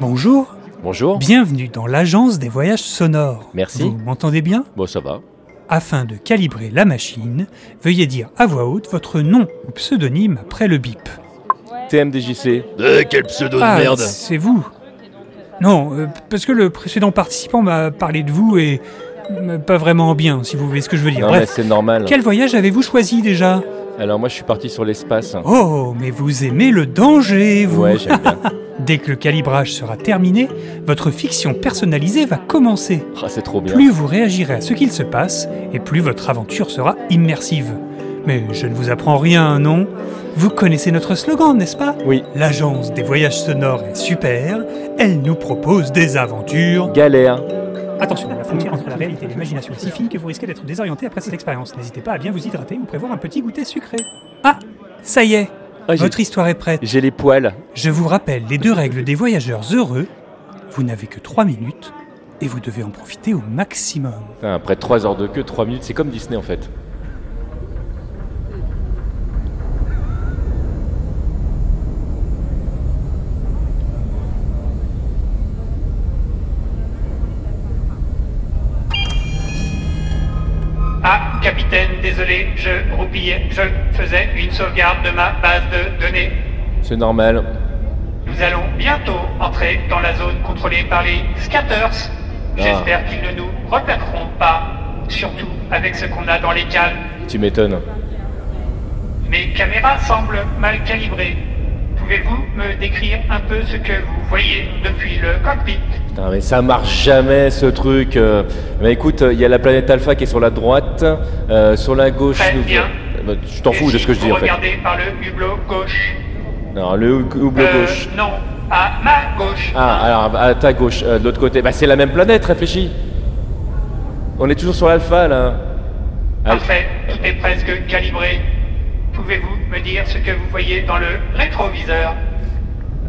Bonjour, Bonjour. bienvenue dans l'agence des voyages sonores. Merci. Vous m'entendez bien Bon, ça va. Afin de calibrer la machine, veuillez dire à voix haute votre nom ou pseudonyme après le bip. Euh, TMDJC. quel pseudo ah, c'est vous Non, euh, parce que le précédent participant m'a parlé de vous et euh, pas vraiment bien, si vous voyez ce que je veux dire. Non, mais Bref, c'est normal. quel voyage avez-vous choisi déjà Alors, moi, je suis parti sur l'espace. Oh, mais vous aimez le danger, vous Ouais, j'aime bien. Dès que le calibrage sera terminé, votre fiction personnalisée va commencer. Ah, c'est trop bien. Plus vous réagirez à ce qu'il se passe, et plus votre aventure sera immersive. Mais je ne vous apprends rien, non Vous connaissez notre slogan, n'est-ce pas Oui. L'agence des voyages sonores est super, elle nous propose des aventures. Galère. Attention, la frontière entre la réalité et l'imagination est si fine que vous risquez d'être désorienté après cette expérience. N'hésitez pas à bien vous hydrater ou prévoir un petit goûter sucré. Ah, ça y est, Ah, j'ai- votre histoire est prête. J'ai les poils. Je vous rappelle les deux règles des voyageurs heureux. Vous n'avez que 3 minutes et vous devez en profiter au maximum. Putain, après 3 heures de queue, 3 minutes, c'est comme Disney en fait. Ah, capitaine, désolé, je roupillais, je faisais une sauvegarde de ma base de données. C'est normal. Nous allons bientôt entrer dans la zone contrôlée par les scatters. Ah. J'espère qu'ils ne nous repéreront pas, surtout avec ce qu'on a dans les cales. Tu m'étonnes. Mes caméras semblent mal calibrées. Pouvez-vous me décrire un peu ce que vous voyez depuis le cockpit Putain, mais ça marche jamais ce truc. euh. Mais écoute, il y a la planète Alpha qui est sur la droite. euh, sur la gauche. Très bien. Euh, bah, je t'en fous de ce que je dis en fait. Regardez par le hublot gauche. Non, le hou- houblon Euh, gauche. Non, à ma gauche. Ah, alors à ta gauche, euh, de l'autre côté. Bah, c'est la même planète, réfléchis. On est toujours sur l'alpha là. Al- Parfait, tout est presque calibré. Pouvez-vous me dire ce que vous voyez dans le rétroviseur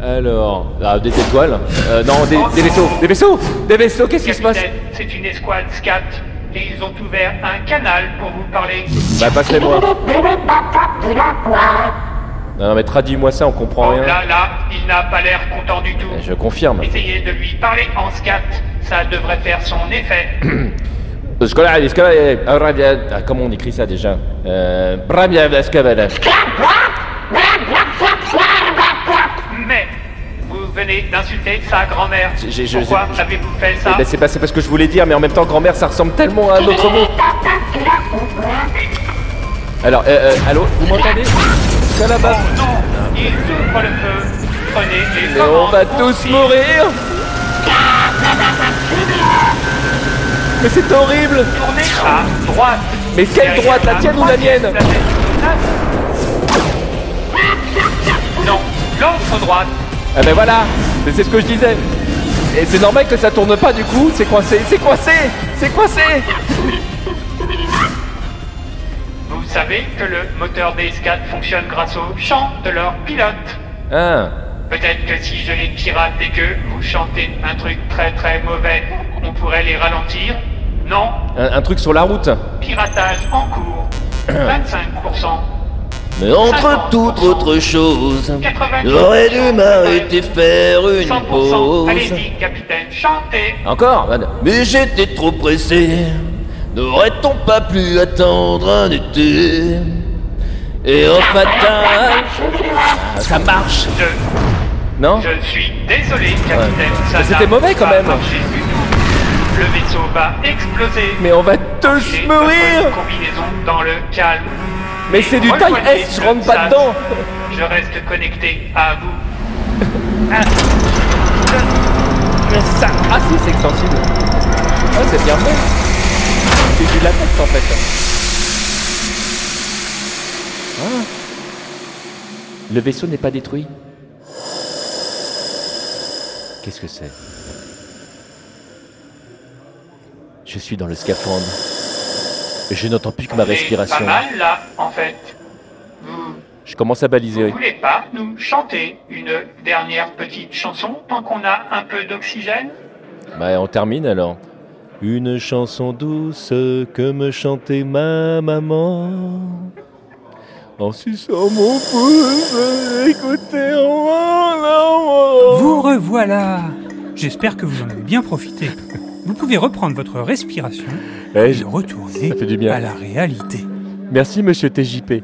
Alors, ah, des étoiles. Euh, non, des, des vaisseaux, des vaisseaux, des vaisseaux. Qu'est-ce qui se passe Capitaine, c'est une escouade SCAT et ils ont ouvert un canal pour vous parler. Bah, passe-les-moi. Non, non, mais traduis-moi ça, on comprend Oh rien. là là, il n'a pas l'air content du tout. Je confirme. Essayez de lui parler en SCAT, ça devrait faire son effet. Scolaire, scolaire, euh, ah, Comment on écrit ça déjà Euh, Bravia Vascavala. Mais vous venez d'insulter sa grand-mère. J'ai- j'ai- Pourquoi j'ai- avez-vous fait ça Eh ben, C'est pas, c'est parce que je voulais dire, mais en même temps, grand-mère, ça ressemble tellement à un autre mot. Alors, euh, euh, allô, vous m'entendez Ça là-bas Non, ils ouvrent le feu. Prenez les Et on va commandes. tous mourir Mais c'est horrible Tournez à droite. Mais quelle droite, la tienne ou la mienne Non, l'autre droite. Ah ben voilà Mais c'est ce que je disais Et c'est normal que ça tourne pas du coup, c'est coincé, c'est coincé C'est coincé Vous savez que le moteur des SCAT fonctionne grâce au chant de leur pilote. Ah Peut-être que si je les pirate et que vous chantez un truc très très mauvais, on pourrait les ralentir. Non, un, un truc sur la route piratage en cours. 25%. Mais entre toute autre chose, 90%. j'aurais dû m'arrêter faire une 100%. pause. Allez-y, capitaine, chantez. Encore Bah, Mais j'étais trop pressé, n'aurait-on pas pu attendre un été Et au fatal, ça marche Je, Non je suis désolé, capitaine. ça Mais c'était n'a mauvais quand pas même. marché du tout. Le vaisseau va exploser. Mais on va tous J'ai mourir votre Combinaison dans le calme. Mais c'est du taille Rejoignez S, je rentre pas le dedans SAS. Je reste connecté à vous. Un, Mais ça Ah si, c'est extensible Ah, c'est bien fait C'est du latex en fait Ah. Le vaisseau n'est pas détruit Qu'est-ce que c'est Je suis dans le scaphandre. Je n'entends plus que ma deux. C'est respiration. pas mal là, en fait. Vous Je commence à baliser. oui. voulez pas nous chanter une dernière petite chanson tant qu'on a un peu d'oxygène Bah, on termine alors. Une chanson douce que me chantait ma maman. En suçant mon pouce, écoutez en moi la voix. Vous revoilà J'espère que vous en avez bien profité. Vous pouvez reprendre votre respiration Eh, et je- retourner ça fait du bien. à la réalité. Merci, monsieur TJP.